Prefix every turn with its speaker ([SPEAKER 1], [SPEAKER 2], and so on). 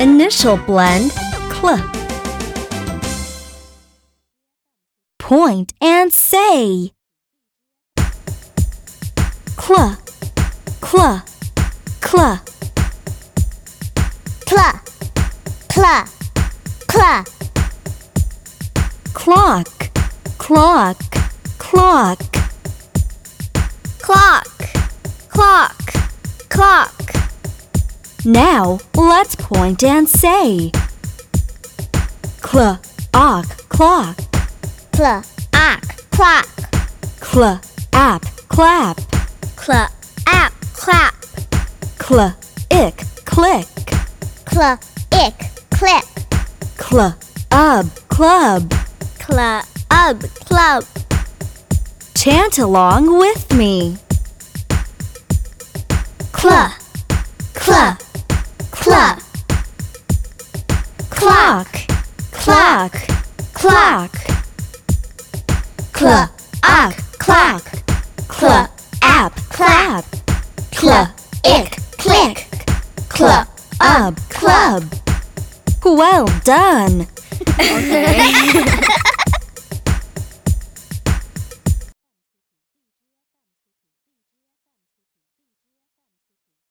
[SPEAKER 1] Initial blend, cl. Point and say. Cl, cl, cl.
[SPEAKER 2] Cla, cla, cla.
[SPEAKER 1] Clock, clock, clock.
[SPEAKER 2] Clock, clock, clock.
[SPEAKER 1] Now let's point and say. Cl, ok, clock.
[SPEAKER 2] Cla, ack, clock.
[SPEAKER 1] Cl, app, clap.
[SPEAKER 2] Cla, app, clap.
[SPEAKER 1] Cl, ick, click.
[SPEAKER 2] Cla, ick, click.
[SPEAKER 1] Cl, ub, club.
[SPEAKER 2] Cla, ub, club.
[SPEAKER 1] Chant along with me.
[SPEAKER 2] Cla, cla, cla.
[SPEAKER 1] Clock, clock, clock. Cl, ok, clock. Cl, app, clap. Cl,
[SPEAKER 2] ick, click.
[SPEAKER 1] cl, ub, club. Well done.
[SPEAKER 2] Okay.